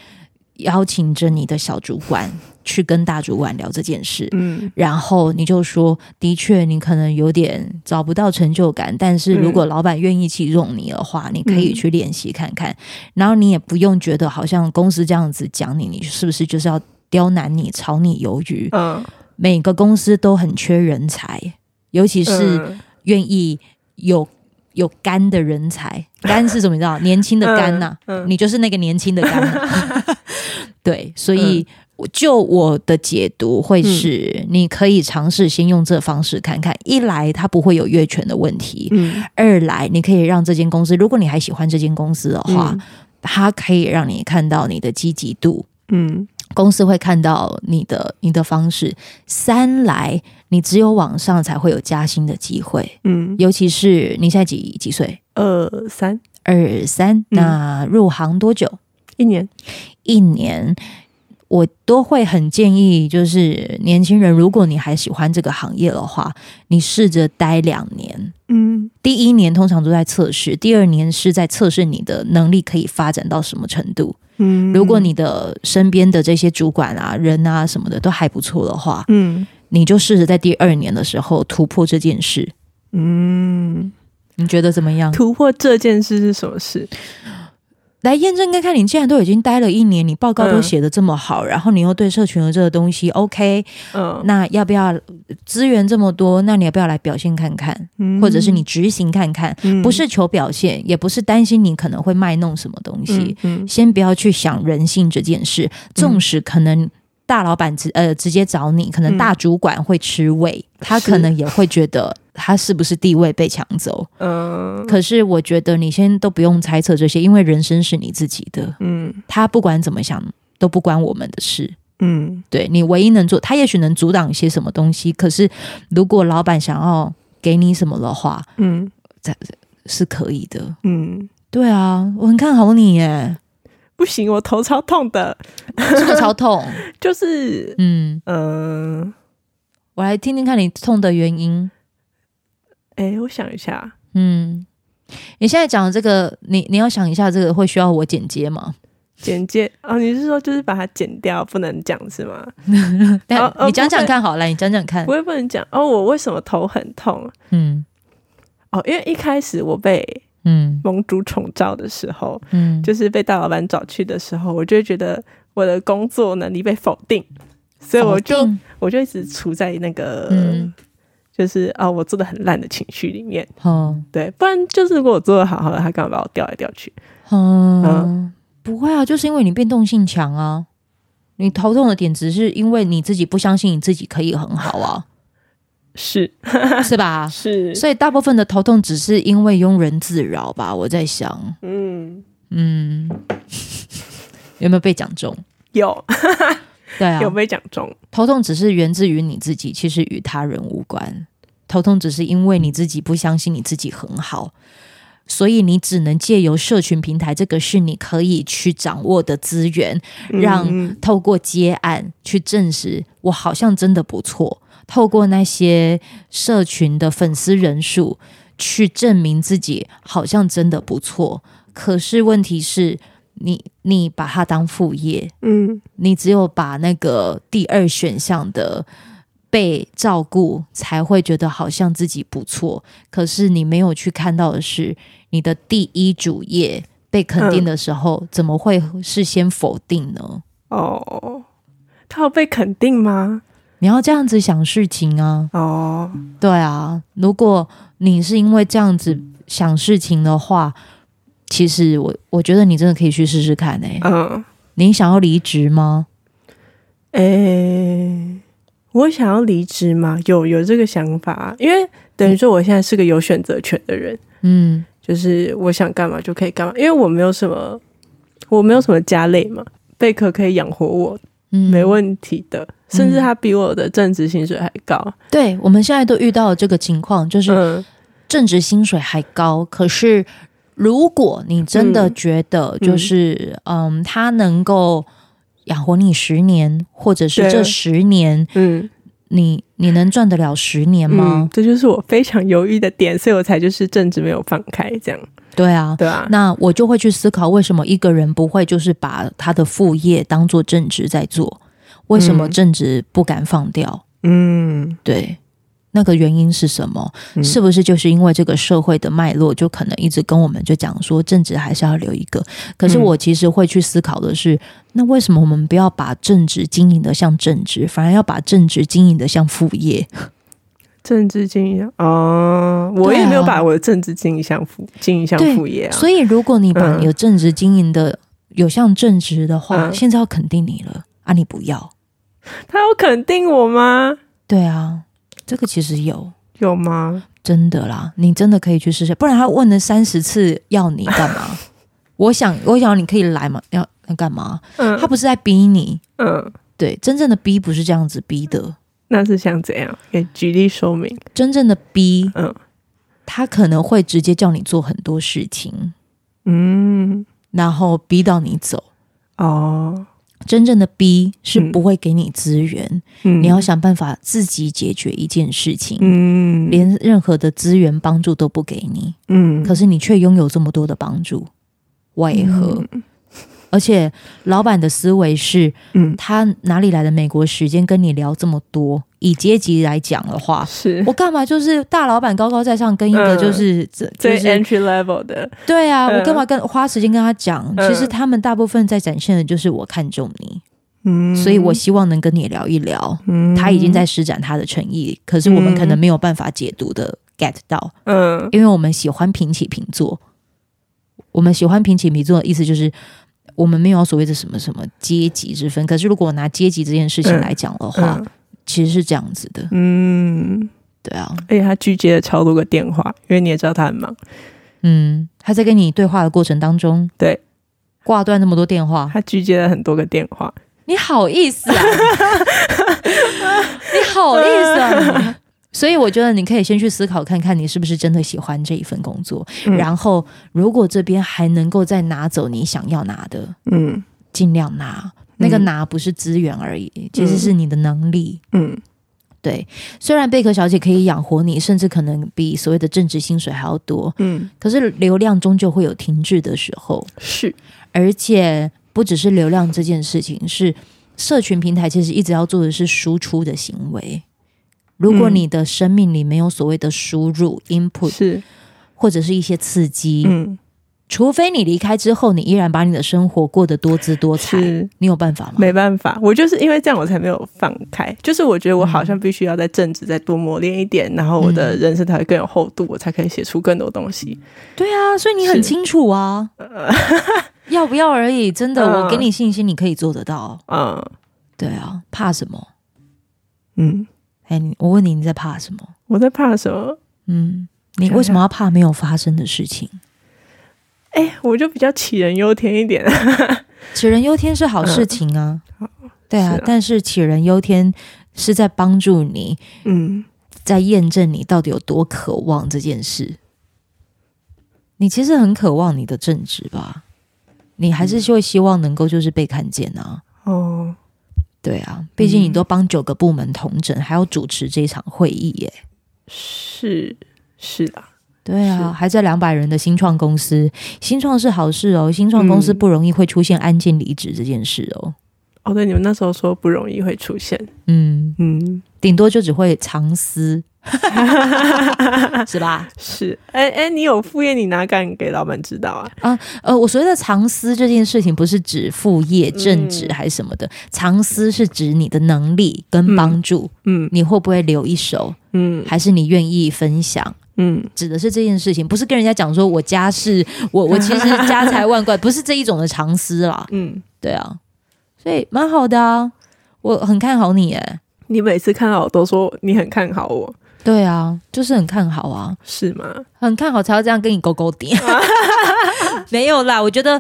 [SPEAKER 1] 邀请着你的小主管去跟大主管聊这件事。
[SPEAKER 2] 嗯
[SPEAKER 1] 然后你就说，的确，你可能有点找不到成就感，但是如果
[SPEAKER 2] 嗯
[SPEAKER 1] 老板愿意器重你的话，你可以去练习看看。然后你也不用觉得好像公司这样子讲你，你是不是就是要刁难你、炒你鱿鱼？
[SPEAKER 2] 嗯，
[SPEAKER 1] 每个公司都很缺人才，尤其是
[SPEAKER 2] 嗯
[SPEAKER 1] 愿意有有肝的人才。肝是怎么你知 道？年轻的肝呐、
[SPEAKER 2] 嗯嗯
[SPEAKER 1] 你就是那个年轻的肝、呐。 对，所以。
[SPEAKER 2] 嗯
[SPEAKER 1] 我就我的解读会是，你可以尝试先用这方式看看。一来，它不会有越权的问题；
[SPEAKER 2] 嗯
[SPEAKER 1] 二来，你可以让这间公司，如果你还喜欢这间公司的话，
[SPEAKER 2] 嗯
[SPEAKER 1] 它可以让你看到你的积极度，
[SPEAKER 2] 嗯
[SPEAKER 1] 公司会看到你的你的方式。三来，你只有往上才会有加薪的机会，
[SPEAKER 2] 嗯，
[SPEAKER 1] 尤其是你现在几几岁？
[SPEAKER 2] 二呃三
[SPEAKER 1] 二三，那入行多久？
[SPEAKER 2] 一年。
[SPEAKER 1] 一年。我都会很建议，就是年轻人，如果你还喜欢这个行业的话，你试着待两年。
[SPEAKER 2] 嗯
[SPEAKER 1] 第一年通常都在测试，第二年是在测试你的能力可以发展到什么程度。
[SPEAKER 2] 嗯，
[SPEAKER 1] 如果你的身边的这些主管啊、人啊什么的都还不错的话，
[SPEAKER 2] 嗯
[SPEAKER 1] 你就试着在第二年的时候突破这件事。
[SPEAKER 2] 嗯，
[SPEAKER 1] 你觉得怎么样？
[SPEAKER 2] 突破这件事是什么事？
[SPEAKER 1] 来验证看看，你既然都已经待了一年，你报告都写的这么好，然后你又对社群的这个东西 OK，
[SPEAKER 2] 嗯，
[SPEAKER 1] 那要不要呃资源这么多？那你要不要来表现看看，或者是你执行看看？
[SPEAKER 2] 嗯
[SPEAKER 1] 不是求表现，也不是担心你可能会卖弄什么东西，
[SPEAKER 2] 嗯嗯
[SPEAKER 1] 先不要去想人性这件事，纵使可能。大老板直呃直接找你，可能
[SPEAKER 2] 嗯
[SPEAKER 1] 大主管会吃味，他
[SPEAKER 2] 是
[SPEAKER 1] 可能也会觉得他是不是地位被抢走。
[SPEAKER 2] 嗯
[SPEAKER 1] 呃可是我觉得你先都不用猜测这些，因为人生是你自己的，
[SPEAKER 2] 嗯
[SPEAKER 1] 他不管怎么想都不关我们的事。
[SPEAKER 2] 嗯
[SPEAKER 1] 对你唯一能做，他也许能阻挡一些什么东西，可是如果老板想要给你什么的话，
[SPEAKER 2] 嗯
[SPEAKER 1] 是可以的。
[SPEAKER 2] 嗯，
[SPEAKER 1] 对啊，我很看好你 耶，
[SPEAKER 2] 不行，我头超痛的，
[SPEAKER 1] 这个超痛。
[SPEAKER 2] 就是
[SPEAKER 1] 嗯，
[SPEAKER 2] 嗯，
[SPEAKER 1] 我来听听看你痛的原因。
[SPEAKER 2] 哎、我想一下，
[SPEAKER 1] 嗯，你现在讲的这个，你你要想一下，这个会需要我剪接吗？
[SPEAKER 2] 简介哦，你是说就是把它剪掉，不能讲是吗？
[SPEAKER 1] 嗯但、
[SPEAKER 2] 哦哦
[SPEAKER 1] 你讲讲看好了，来你讲讲看
[SPEAKER 2] 我。也不能讲哦。我为什么头很痛？
[SPEAKER 1] 嗯
[SPEAKER 2] 哦，因为一开始我被
[SPEAKER 1] 嗯
[SPEAKER 2] 盟主宠召的时候，
[SPEAKER 1] 嗯，
[SPEAKER 2] 就是被大老板找去的时候，我就会觉得我的工作能力被否定，所以我就
[SPEAKER 1] 否定
[SPEAKER 2] 我就一直处在那个、
[SPEAKER 1] 嗯
[SPEAKER 2] 就是啊、我做的很烂的情绪里面。
[SPEAKER 1] 哦
[SPEAKER 2] 对，不然就是如果我做的好好的，他干嘛把我调来调去？
[SPEAKER 1] 哦，不会啊，就是因为你变动性强啊。你头痛的点只是因为你自己不相信你自己可以很好啊，
[SPEAKER 2] 是
[SPEAKER 1] 是吧？
[SPEAKER 2] 是
[SPEAKER 1] 所以大部分的头痛只是因为庸人自扰吧，我在想，
[SPEAKER 2] 嗯，
[SPEAKER 1] 嗯，有没有被讲中？
[SPEAKER 2] 有
[SPEAKER 1] 对啊，
[SPEAKER 2] 有被讲中，
[SPEAKER 1] 头痛只是源自于你自己，其实与他人无关。头痛只是因为你自己不相信你自己很好，所以你只能借由社群平台，这个是你可以去掌握的资源，让
[SPEAKER 2] 嗯
[SPEAKER 1] 透过接案去证实我好像真的不错。透过那些社群的粉丝人数去证明自己好像真的不错，可是问题是你你把它当副业，
[SPEAKER 2] 嗯
[SPEAKER 1] 你只有把那个第二选项的被照顾，才会觉得好像自己不错。可是你没有去看到的是，你的第一主业被肯定的时候，怎么会事先否定呢？
[SPEAKER 2] 哦，他有被肯定吗？
[SPEAKER 1] 你要这样子想事情啊，
[SPEAKER 2] 哦，
[SPEAKER 1] 对啊。如果你是因为这样子想事情的话，其实我我觉得你真的可以去试试看诶、
[SPEAKER 2] 嗯，
[SPEAKER 1] 你想要离职吗？
[SPEAKER 2] 诶、我想要离职吗？有有这个想法，因为等于说我现在是个有选择权的人，
[SPEAKER 1] 嗯
[SPEAKER 2] 就是我想干嘛就可以干嘛，因为我没有什么，我没有什么家累嘛，贝壳可以养活我，
[SPEAKER 1] 嗯，
[SPEAKER 2] 没问题的，甚至他比我的正职薪水还高。
[SPEAKER 1] 对，我们现在都遇到了这个情况，就是
[SPEAKER 2] 嗯
[SPEAKER 1] 正职薪水还高，可是如果你真的觉得就是嗯，他能够养活你十年，或者是
[SPEAKER 2] 对
[SPEAKER 1] 这十年
[SPEAKER 2] 嗯
[SPEAKER 1] 你你能赚得了十年
[SPEAKER 2] 嗯
[SPEAKER 1] 吗，？
[SPEAKER 2] 这就是我非常犹豫的点，所以我才就是正职没有放开，这样
[SPEAKER 1] 对啊。
[SPEAKER 2] 对啊，
[SPEAKER 1] 那我就会去思考，为什么一个人不会就是把他的副业当做正职在做？为什么
[SPEAKER 2] 嗯
[SPEAKER 1] 正职不敢放掉？
[SPEAKER 2] 嗯，
[SPEAKER 1] 对，那个原因是什么？
[SPEAKER 2] 嗯
[SPEAKER 1] 是不是就是因为这个社会的脉络，就可能一直跟我们就讲说，正职还是要留一个。可是
[SPEAKER 2] 嗯
[SPEAKER 1] 我其实会去思考的是，那为什么我们不要把正职经营的像正职，反而要把正职经营的像副业？
[SPEAKER 2] 政治经营哦，我
[SPEAKER 1] 对
[SPEAKER 2] 也
[SPEAKER 1] 啊
[SPEAKER 2] 没有把我的政治经营项副经营项
[SPEAKER 1] 对
[SPEAKER 2] 副业啊，
[SPEAKER 1] 所以，如果你把
[SPEAKER 2] 嗯
[SPEAKER 1] 你的正职经营的、有像正职的话，
[SPEAKER 2] 嗯
[SPEAKER 1] 现在要肯定你了啊，你不要。
[SPEAKER 2] 他有肯定我吗？
[SPEAKER 1] 对啊，这个其实有。
[SPEAKER 2] 有吗？
[SPEAKER 1] 真的啦，你真的可以去试试，不然他问了三十次要你干 嘛？我想，我想你可以来嘛，要要干嘛？
[SPEAKER 2] 嗯
[SPEAKER 1] 他不是在逼你，
[SPEAKER 2] 嗯，
[SPEAKER 1] 对，真正的逼不是这样子逼的，
[SPEAKER 2] 那是想怎样？给举例说明。
[SPEAKER 1] 真正的逼，
[SPEAKER 2] 嗯
[SPEAKER 1] 他可能会直接叫你做很多事情，
[SPEAKER 2] 嗯，
[SPEAKER 1] 然后逼到你走。
[SPEAKER 2] 哦，
[SPEAKER 1] 真正的逼是不会给你资源，
[SPEAKER 2] 嗯，
[SPEAKER 1] 你要想办法自己解决一件事情，
[SPEAKER 2] 嗯
[SPEAKER 1] 连任何的资源帮助都不给你，
[SPEAKER 2] 嗯
[SPEAKER 1] 可是你却拥有这么多的帮助，为何？而且老板的思维是
[SPEAKER 2] 嗯
[SPEAKER 1] 他哪里来的美国时间跟你聊这么多？以阶级来讲的 话，
[SPEAKER 2] 是
[SPEAKER 1] 我干嘛就是大老板高高在上，跟一个
[SPEAKER 2] 嗯
[SPEAKER 1] 就是、这就
[SPEAKER 2] 最
[SPEAKER 1] 是
[SPEAKER 2] entry level 的，
[SPEAKER 1] 对啊，
[SPEAKER 2] 嗯
[SPEAKER 1] 我干嘛跟花时间跟他讲？
[SPEAKER 2] 嗯
[SPEAKER 1] 其实他们大部分在展现的就是我看中你，
[SPEAKER 2] 嗯，
[SPEAKER 1] 所以我希望能跟你聊一聊。
[SPEAKER 2] 嗯
[SPEAKER 1] 他已经在施展他的诚意，可是我们可能没有办法解读的 get 到，
[SPEAKER 2] 嗯
[SPEAKER 1] 因为我们喜欢平起平坐。我们喜欢平起平坐的意思就是，我们没有所谓的什么什么阶级之分。可是如果拿阶级这件事情
[SPEAKER 2] 嗯
[SPEAKER 1] 来讲的话，其实是这样子的，
[SPEAKER 2] 嗯，
[SPEAKER 1] 对啊，
[SPEAKER 2] 而且他拒接了超多个电话，因为你也知道他很忙，
[SPEAKER 1] 嗯，他在跟你对话的过程当中，
[SPEAKER 2] 对，
[SPEAKER 1] 挂断那么多电话，
[SPEAKER 2] 他拒接了很多个电话，
[SPEAKER 1] 你好意思啊？你好意思啊你？ 所以我觉得你可以先去思考看看，你是不是真的喜欢这一份工作。
[SPEAKER 2] 嗯
[SPEAKER 1] 然后，如果这边还能够再拿走你想要拿的，
[SPEAKER 2] 嗯
[SPEAKER 1] 尽量拿。那个
[SPEAKER 2] 嗯
[SPEAKER 1] 拿不是资源而已，其实是你的能力。
[SPEAKER 2] 嗯
[SPEAKER 1] 对，虽然贝壳小姐可以养活你，甚至可能比所谓的正职薪水还要多，
[SPEAKER 2] 嗯，
[SPEAKER 1] 可是流量终究会有停滞的时候。
[SPEAKER 2] 是，
[SPEAKER 1] 而且不只是流量这件事情，是社群平台其实一直要做的是输出的行为。如果
[SPEAKER 2] 嗯
[SPEAKER 1] 你的生命里没有所谓的输入 （input）
[SPEAKER 2] 是，
[SPEAKER 1] 或者是一些刺激，
[SPEAKER 2] 嗯，
[SPEAKER 1] 除非你离开之后，你依然把你的生活过得多姿多彩，嗯
[SPEAKER 2] 是。
[SPEAKER 1] 你有办法吗？
[SPEAKER 2] 没办法，我就是因为这样，我才没有放开。就是我觉得我
[SPEAKER 1] 嗯
[SPEAKER 2] 好像必须要在正职再多磨练一点，然后我的人生才会更有厚度，我才可以写出更多东西。
[SPEAKER 1] 对啊，所以你很
[SPEAKER 2] 是呃
[SPEAKER 1] 清楚啊，要不要而已。真的，
[SPEAKER 2] 嗯
[SPEAKER 1] 我给你信心，你可以做得到。
[SPEAKER 2] 嗯
[SPEAKER 1] 对啊，怕什么？
[SPEAKER 2] 嗯，
[SPEAKER 1] 哎，你我问你，你在怕什么？
[SPEAKER 2] 我在怕什么？
[SPEAKER 1] 嗯，你
[SPEAKER 2] 想想
[SPEAKER 1] 为什么要怕没有发生的事情？
[SPEAKER 2] 哎、我就比较杞人忧天一点。啊
[SPEAKER 1] 杞人忧天是好事情啊，对啊，
[SPEAKER 2] 嗯是啊
[SPEAKER 1] 但是杞人忧天是在帮助你，
[SPEAKER 2] 嗯，
[SPEAKER 1] 在验证你到底有多渴望这件事。你其实很渴望你的正直吧？你还
[SPEAKER 2] 嗯
[SPEAKER 1] 是会希望能够就是被看见啊，
[SPEAKER 2] 哦，
[SPEAKER 1] 对啊，毕竟你
[SPEAKER 2] 嗯
[SPEAKER 1] 都帮九个部门同整，还要主持这场会议耶，
[SPEAKER 2] 是是啦，
[SPEAKER 1] 对啊，
[SPEAKER 2] 是
[SPEAKER 1] 还在两百人的新创公司，新创是好事哦，新创公司
[SPEAKER 2] 嗯
[SPEAKER 1] 不容易会出现安静离职这件事哦，
[SPEAKER 2] 哦，对，你们那时候说不容易会出现，
[SPEAKER 1] 嗯，
[SPEAKER 2] 嗯，
[SPEAKER 1] 顶多就只会藏 私，是吧？
[SPEAKER 2] 是，哎、哎、你有副业，你哪敢给老板知道啊？
[SPEAKER 1] 呃，我所谓的藏私这件事情，不是指副业、正职
[SPEAKER 2] 嗯
[SPEAKER 1] 还是什么的，藏私是指你的能力跟帮助，
[SPEAKER 2] 嗯
[SPEAKER 1] 你会不会留一手，
[SPEAKER 2] 嗯
[SPEAKER 1] 还是你愿意分享？
[SPEAKER 2] 嗯，
[SPEAKER 1] 指的是这件事情，不是跟人家讲说我家是我我其实家财万贯， 不是这一种的藏私啦。
[SPEAKER 2] 嗯，
[SPEAKER 1] 对啊，所以蛮好的啊，我很看好你诶。
[SPEAKER 2] 你每次看到我都说你很看好我，
[SPEAKER 1] 对啊，就是很看好啊。
[SPEAKER 2] 是吗？
[SPEAKER 1] 很看好才要这样跟你勾勾点。 没有啦，我觉得，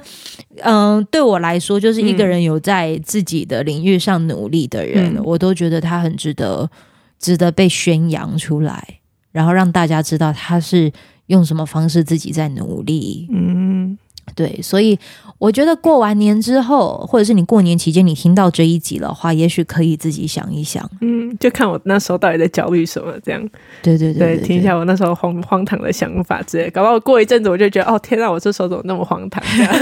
[SPEAKER 1] 嗯、对我来说，就是一个人有在自己的领域上努力的人，
[SPEAKER 2] 嗯
[SPEAKER 1] 我都觉得他很值得，值得被宣扬出来，然后让大家知道他是用什么方式自己在努力。
[SPEAKER 2] 嗯，
[SPEAKER 1] 对，所以我觉得过完年之后，或者是你过年期间你听到这一集的话，也许可以自己想一想。
[SPEAKER 2] 嗯，就看我那时候到底在焦虑什么，这样
[SPEAKER 1] 对对对
[SPEAKER 2] 对，听一下我那时候荒荒唐的想法之类，搞不好过一阵子我就觉得，哦，天哪，我这时候怎么那么 荒唐，这样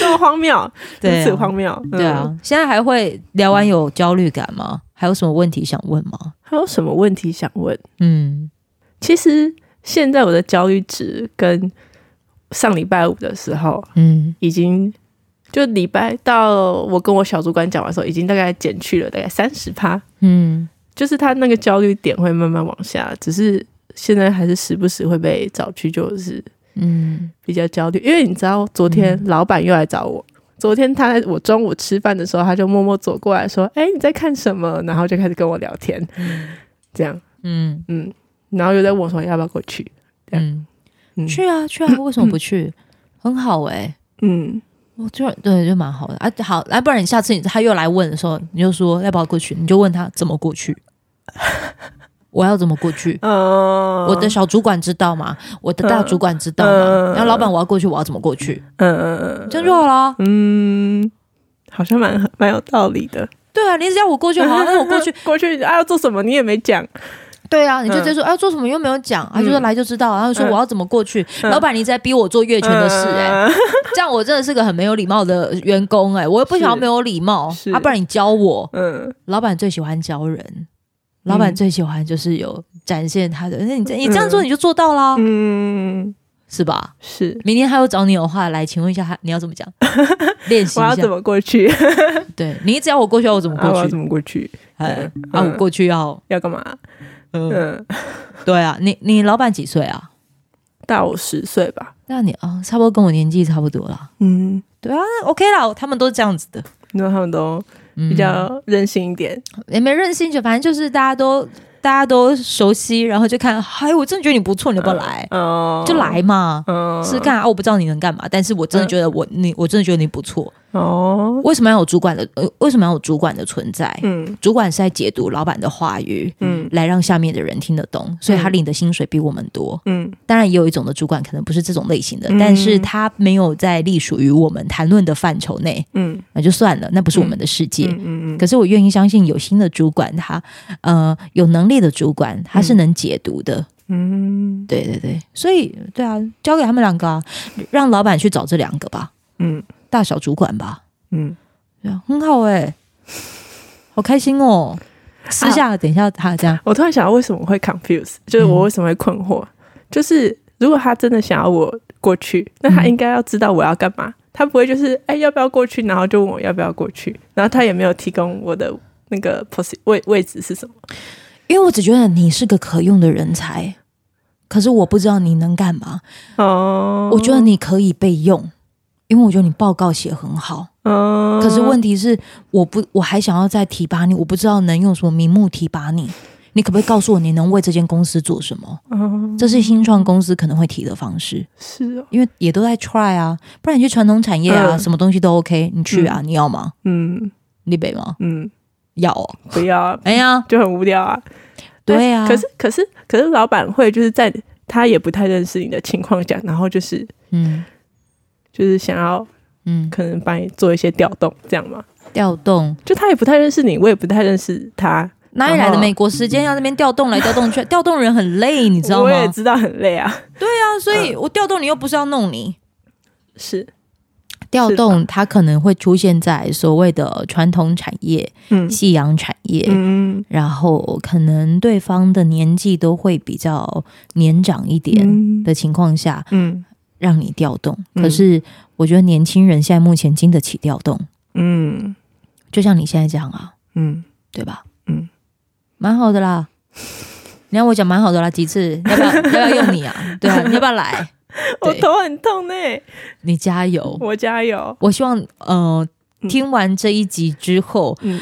[SPEAKER 2] 这么荒谬，如
[SPEAKER 1] 对啊
[SPEAKER 2] 此荒谬，嗯
[SPEAKER 1] 对啊，，现在还会聊完有焦虑感吗？还有什么问题想问吗？
[SPEAKER 2] 还有什么问题想问？
[SPEAKER 1] 嗯
[SPEAKER 2] 其实现在我的焦虑值跟上礼拜五的时候
[SPEAKER 1] 嗯
[SPEAKER 2] 已经，就礼拜到我跟我小主管讲完的时候，已经大概减去了大概三十趴，
[SPEAKER 1] 嗯，
[SPEAKER 2] 就是他那个焦虑点会慢慢往下，只是现在还是时不时会被找去，就是
[SPEAKER 1] 嗯，
[SPEAKER 2] 比较焦虑，因为你知道昨天老板又来找我。昨天他在我中午吃饭的时候，他就默默走过来说：“哎、你在看什么？”然后就开始跟我聊天，这样，
[SPEAKER 1] 嗯
[SPEAKER 2] 嗯，然后又在问我说要不要过去，对
[SPEAKER 1] 嗯，
[SPEAKER 2] 嗯
[SPEAKER 1] 去啊去啊，为什么不去？很好哎、
[SPEAKER 2] 嗯，
[SPEAKER 1] 我就对，就蛮好的啊。好，来，不然你下次你他又来问的时候，你就说要不要过去，你就问他怎么过 去，我要怎么过去？
[SPEAKER 2] 嗯，
[SPEAKER 1] 我的小主管知道吗？我的大主管知道吗？
[SPEAKER 2] 嗯
[SPEAKER 1] 然后老板我要过去，我要怎么过去？
[SPEAKER 2] 嗯
[SPEAKER 1] 这样就好了。
[SPEAKER 2] 嗯，好像蛮蛮有道理的。
[SPEAKER 1] 对啊，你只要我过去，
[SPEAKER 2] 嗯
[SPEAKER 1] 好，那我过去，
[SPEAKER 2] 过去啊，要做什么你也没讲，
[SPEAKER 1] 对啊，你就直接说，哎、做什么又没有讲，
[SPEAKER 2] 嗯
[SPEAKER 1] 啊，就说来就知道，然后说我要怎么过去，老板你在逼我做越权的事、哎、
[SPEAKER 2] 嗯
[SPEAKER 1] 这样我真的是个很没有礼貌的员工、哎，我又不想要
[SPEAKER 2] 是
[SPEAKER 1] 没有礼貌
[SPEAKER 2] 是，
[SPEAKER 1] 啊，不然你教我，
[SPEAKER 2] 嗯，
[SPEAKER 1] 老板最喜欢教人，老板最喜欢就是有展现他的，那、你这你这样做你就做到啦，
[SPEAKER 2] 嗯嗯，
[SPEAKER 1] 是吧？
[SPEAKER 2] 是。
[SPEAKER 1] 明天他又找你有话来，请问一下他你要怎么 讲？练习
[SPEAKER 2] 我要
[SPEAKER 1] 一下
[SPEAKER 2] 怎，么过去？
[SPEAKER 1] 对你只要我过去，要我怎么
[SPEAKER 2] 啊，我
[SPEAKER 1] 过
[SPEAKER 2] 要
[SPEAKER 1] 去
[SPEAKER 2] 怎？么过去？
[SPEAKER 1] 哎
[SPEAKER 2] 嗯
[SPEAKER 1] 啊，我过去要，
[SPEAKER 2] 要干嘛？
[SPEAKER 1] 嗯，
[SPEAKER 2] 嗯，
[SPEAKER 1] 对啊，你你老板几岁啊？
[SPEAKER 2] 大我十岁吧。
[SPEAKER 1] 那你啊、差不多跟我年纪差不多啦。
[SPEAKER 2] 嗯，
[SPEAKER 1] 对啊那，OK 啦，他们都这样子的，
[SPEAKER 2] 因为他们都
[SPEAKER 1] 嗯
[SPEAKER 2] 比较任性一点。
[SPEAKER 1] 也没任性，就反正就是大家都大家都熟悉，然后就看，哎，我真的觉得你不错，你要不要来？
[SPEAKER 2] 哦，
[SPEAKER 1] 就来嘛，
[SPEAKER 2] 嗯，
[SPEAKER 1] 啊是干啊？我不知道你能干嘛，但是我真的觉得我、你，我真的觉得你不错，
[SPEAKER 2] 哦，
[SPEAKER 1] 为什么要有主管的？呃为什么要有主管的存在？
[SPEAKER 2] 嗯
[SPEAKER 1] 主管是在解读老板的话语，
[SPEAKER 2] 嗯
[SPEAKER 1] 来让下面的人听得懂，所以他领的薪水比我们多。
[SPEAKER 2] 嗯
[SPEAKER 1] 当然，也有一种的主管可能不是这种类型的，
[SPEAKER 2] 嗯
[SPEAKER 1] 但是他没有在隶属于我们谈论的范畴内，
[SPEAKER 2] 嗯
[SPEAKER 1] 那就算了，那不是我们的世界。
[SPEAKER 2] 嗯嗯嗯，
[SPEAKER 1] 可是我愿意相信有新的主管，他呃有能力的主管，他是能解读的。
[SPEAKER 2] 嗯
[SPEAKER 1] 对对对，所以对啊，交给他们两个、啊，让老板去找这两个吧，
[SPEAKER 2] 嗯
[SPEAKER 1] 大小主管吧，
[SPEAKER 2] 嗯，
[SPEAKER 1] 对啊，很好哎、好开心哦。私下等一下他这样，
[SPEAKER 2] 我突然想到为什么会 confuse，就是
[SPEAKER 1] 嗯
[SPEAKER 2] 我为什么会困惑，就是如果他真的想要我过去，那
[SPEAKER 1] 嗯
[SPEAKER 2] 他应该要知道我要干嘛，他不会就是哎、要不要过去，然后就问我要不要过去，然后他也没有提供我的那个 pos 位位置是什么，
[SPEAKER 1] 因为我只觉得你是个可用的人才，可是我不知道你能干嘛。
[SPEAKER 2] 哦，
[SPEAKER 1] 我觉得你可以被用，因为我觉得你报告写很好。
[SPEAKER 2] 嗯，
[SPEAKER 1] 可是问题是，我不，我还想要再提拔你，我不知道能用什么名目提拔你。你可不可以告诉我，你能为这间公司做什么？
[SPEAKER 2] 嗯，
[SPEAKER 1] 这是新创公司可能会提的方式，
[SPEAKER 2] 是哦，
[SPEAKER 1] 因为也都在 try 啊，不然你去传统产业啊，
[SPEAKER 2] 嗯
[SPEAKER 1] 什么东西都 OK，你去啊，你要吗？
[SPEAKER 2] 嗯
[SPEAKER 1] 你北吗？
[SPEAKER 2] 嗯，
[SPEAKER 1] 要、哦，
[SPEAKER 2] 不要啊
[SPEAKER 1] 哎呀，
[SPEAKER 2] 就很无聊啊，
[SPEAKER 1] 对啊，
[SPEAKER 2] 可是可是可是老板会就是在他也不太认识你的情况下，然后就是
[SPEAKER 1] 嗯
[SPEAKER 2] 就是想要
[SPEAKER 1] 嗯，
[SPEAKER 2] 可能帮你做一些调动，这样嘛。
[SPEAKER 1] 调动
[SPEAKER 2] 就他也不太认识你，我也不太认识他，
[SPEAKER 1] 哪里来
[SPEAKER 2] 然
[SPEAKER 1] 的
[SPEAKER 2] 后
[SPEAKER 1] 美国时间要那边调动来调动 去，调动人很累，你知道
[SPEAKER 2] 我也
[SPEAKER 1] 吗？
[SPEAKER 2] 知道很累啊。
[SPEAKER 1] 啊，所以我调动你又不是要弄你，
[SPEAKER 2] 是，
[SPEAKER 1] 调动它可能会出现在所谓的传统产业、
[SPEAKER 2] 嗯
[SPEAKER 1] 夕阳产业，
[SPEAKER 2] 嗯
[SPEAKER 1] 然后可能对方的年纪都会比较年长一点
[SPEAKER 2] 嗯
[SPEAKER 1] 的情况下，
[SPEAKER 2] 嗯
[SPEAKER 1] 让你调动。
[SPEAKER 2] 嗯
[SPEAKER 1] 可是我觉得年轻人现在目前经得起调动，
[SPEAKER 2] 嗯
[SPEAKER 1] 就像你现在这样啊，
[SPEAKER 2] 嗯，
[SPEAKER 1] 对吧？
[SPEAKER 2] 嗯，
[SPEAKER 1] 蛮好的 啦。你要我讲蛮好的啦，几次？要不要要不要用你啊？ 对啊，你要不要来？
[SPEAKER 2] 我
[SPEAKER 1] 对
[SPEAKER 2] 头很痛呢，
[SPEAKER 1] 你加油！
[SPEAKER 2] 我加油。
[SPEAKER 1] 我希望呃，听完这一集之后，
[SPEAKER 2] 嗯，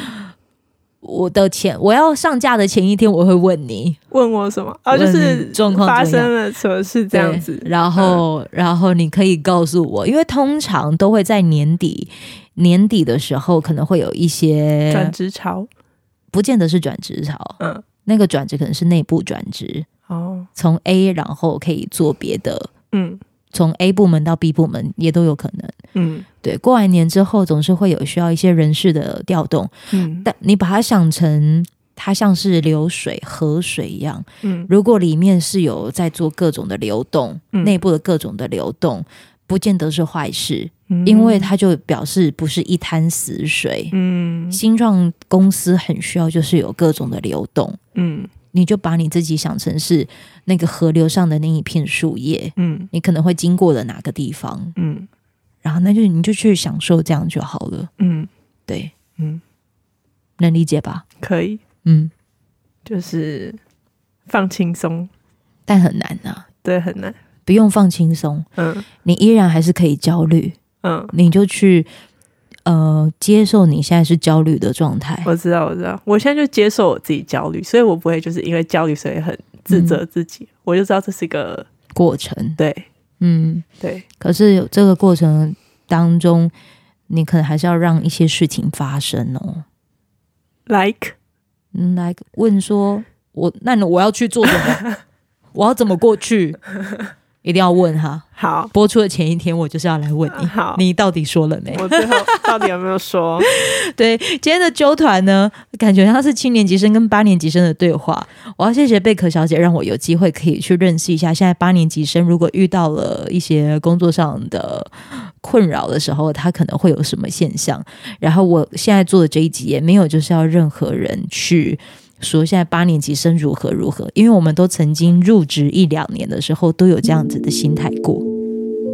[SPEAKER 1] 我的前我要上架的前一天，我会问你
[SPEAKER 2] 问我什么？哦，就
[SPEAKER 1] 问
[SPEAKER 2] 是
[SPEAKER 1] 你状况
[SPEAKER 2] 发
[SPEAKER 1] 怎么样
[SPEAKER 2] 生了什么事 这样子嗯
[SPEAKER 1] 对。然后、然后你可以告诉我，因为通常都会在年底年底的时候，可能会有一
[SPEAKER 2] 转
[SPEAKER 1] 些，
[SPEAKER 2] 职潮，
[SPEAKER 1] 不见得是转职潮，
[SPEAKER 2] 嗯，
[SPEAKER 1] 那个转职可能是内部转职，
[SPEAKER 2] 哦，
[SPEAKER 1] 从 A 然后可以做别的，
[SPEAKER 2] 嗯
[SPEAKER 1] 从 A 部门到 B 部门也都有可能。
[SPEAKER 2] 嗯
[SPEAKER 1] 对，过完年之后总是会有需要一些人事的调动，
[SPEAKER 2] 嗯
[SPEAKER 1] 但你把它想成它像是流水、河水一样。
[SPEAKER 2] 嗯
[SPEAKER 1] 如果里面是有在做各种的流动，
[SPEAKER 2] 嗯
[SPEAKER 1] 内部的各种的流动，不见得是坏事，
[SPEAKER 2] 嗯
[SPEAKER 1] 因为它就表示不是一滩死水。
[SPEAKER 2] 嗯
[SPEAKER 1] 新创公司很需要就是有各种的流动，
[SPEAKER 2] 嗯
[SPEAKER 1] 你就把你自己想成是那个河流上的那一片树叶，
[SPEAKER 2] 嗯
[SPEAKER 1] 你可能会经过的哪个地方，
[SPEAKER 2] 嗯
[SPEAKER 1] 然后那就你就去享受这样就好了。
[SPEAKER 2] 嗯
[SPEAKER 1] 对，
[SPEAKER 2] 嗯，
[SPEAKER 1] 能理解吧？
[SPEAKER 2] 可以，
[SPEAKER 1] 嗯，
[SPEAKER 2] 就是放轻松，
[SPEAKER 1] 但很难啊，
[SPEAKER 2] 对，很难。
[SPEAKER 1] 不用放轻松，
[SPEAKER 2] 嗯
[SPEAKER 1] 你依然还是可以焦虑，
[SPEAKER 2] 嗯，
[SPEAKER 1] 你就去呃接受你现在是焦虑的状态。
[SPEAKER 2] 我知道，我知道，我现在就接受我自己焦虑，所以我不会就是因为焦虑所以很自责自己，我就知道这是一个
[SPEAKER 1] 过程，
[SPEAKER 2] 对
[SPEAKER 1] 嗯，
[SPEAKER 2] 对，
[SPEAKER 1] 可是这个过程当中，你可能还是要让一些事情发生哦。
[SPEAKER 2] like
[SPEAKER 1] 嗯，来问说，我那我要去做什 么？我要怎么过去？一定要问哈。
[SPEAKER 2] 好
[SPEAKER 1] 播出的前一天，我就是要来问你，
[SPEAKER 2] 好，
[SPEAKER 1] 你到底说了没？
[SPEAKER 2] 我 最后到底有没有说？
[SPEAKER 1] 对，今天的纠团呢，感觉像是七年级生跟八年级生的对话。我要谢谢贝壳小姐，让我有机会可以去认识一下现在八年级生，如果遇到了一些工作上的困扰的时候，他可能会有什么现象。然后我现在做的这一集也没有就是要任何人去。说现在八年级生如何如何，因为我们都曾经入职一两年的时候都有这样子的心态过，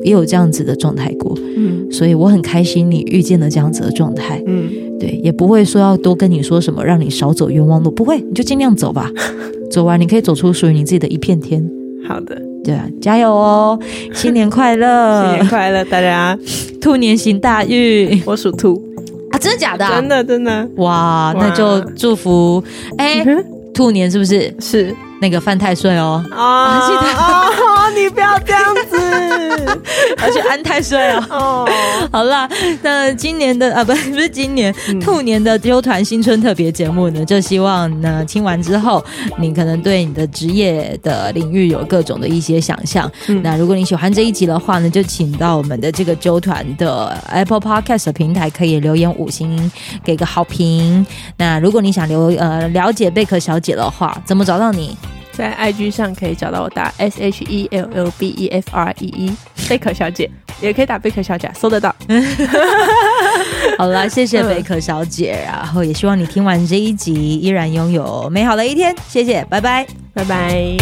[SPEAKER 1] 也有这样子的状态过，
[SPEAKER 2] 嗯
[SPEAKER 1] 所以我很开心你遇见了这样子的状态。
[SPEAKER 2] 嗯
[SPEAKER 1] 对，也不会说要多跟你说什么，让你少走冤枉路，不会，你就尽量走吧。走完你可以走出属于你自己的一片天。
[SPEAKER 2] 嗯好的，
[SPEAKER 1] 对啊，加油哦！新年快
[SPEAKER 2] 新
[SPEAKER 1] 乐
[SPEAKER 2] 年，快乐，大家！
[SPEAKER 1] 兔年行大运
[SPEAKER 2] 我属 兔，
[SPEAKER 1] 啊！真的假的啊、
[SPEAKER 2] 真的真的，
[SPEAKER 1] 哇，那就祝福哎，兔年是不是
[SPEAKER 2] 是
[SPEAKER 1] 那个犯太岁哦？
[SPEAKER 2] 啊
[SPEAKER 1] 记得
[SPEAKER 2] 哦，你不要这样子。
[SPEAKER 1] 而且安太岁哦。
[SPEAKER 2] 哦，
[SPEAKER 1] 好啦，那今年的啊，不不是今年、兔年的纠团新春特别节目呢，就希望呢听完之后，你可能对你的职业的领域有各种的一些想象。
[SPEAKER 2] 嗯
[SPEAKER 1] 那如果你喜欢这一集的话呢，就请到我们的这个纠团的 Apple Podcast 的平台可以留言五星，给个好评。那如果你想留呃了解贝壳小姐的话，怎么找到你？
[SPEAKER 2] 在 IG 上可以找到我打 S H E L L B E F R E E 贝壳小姐，也可以打贝壳小姐，搜得到。
[SPEAKER 1] 好啦，谢谢贝壳小姐，然后也希望你听完这一集依然拥有美好的一天。谢谢，拜拜。
[SPEAKER 2] 拜拜。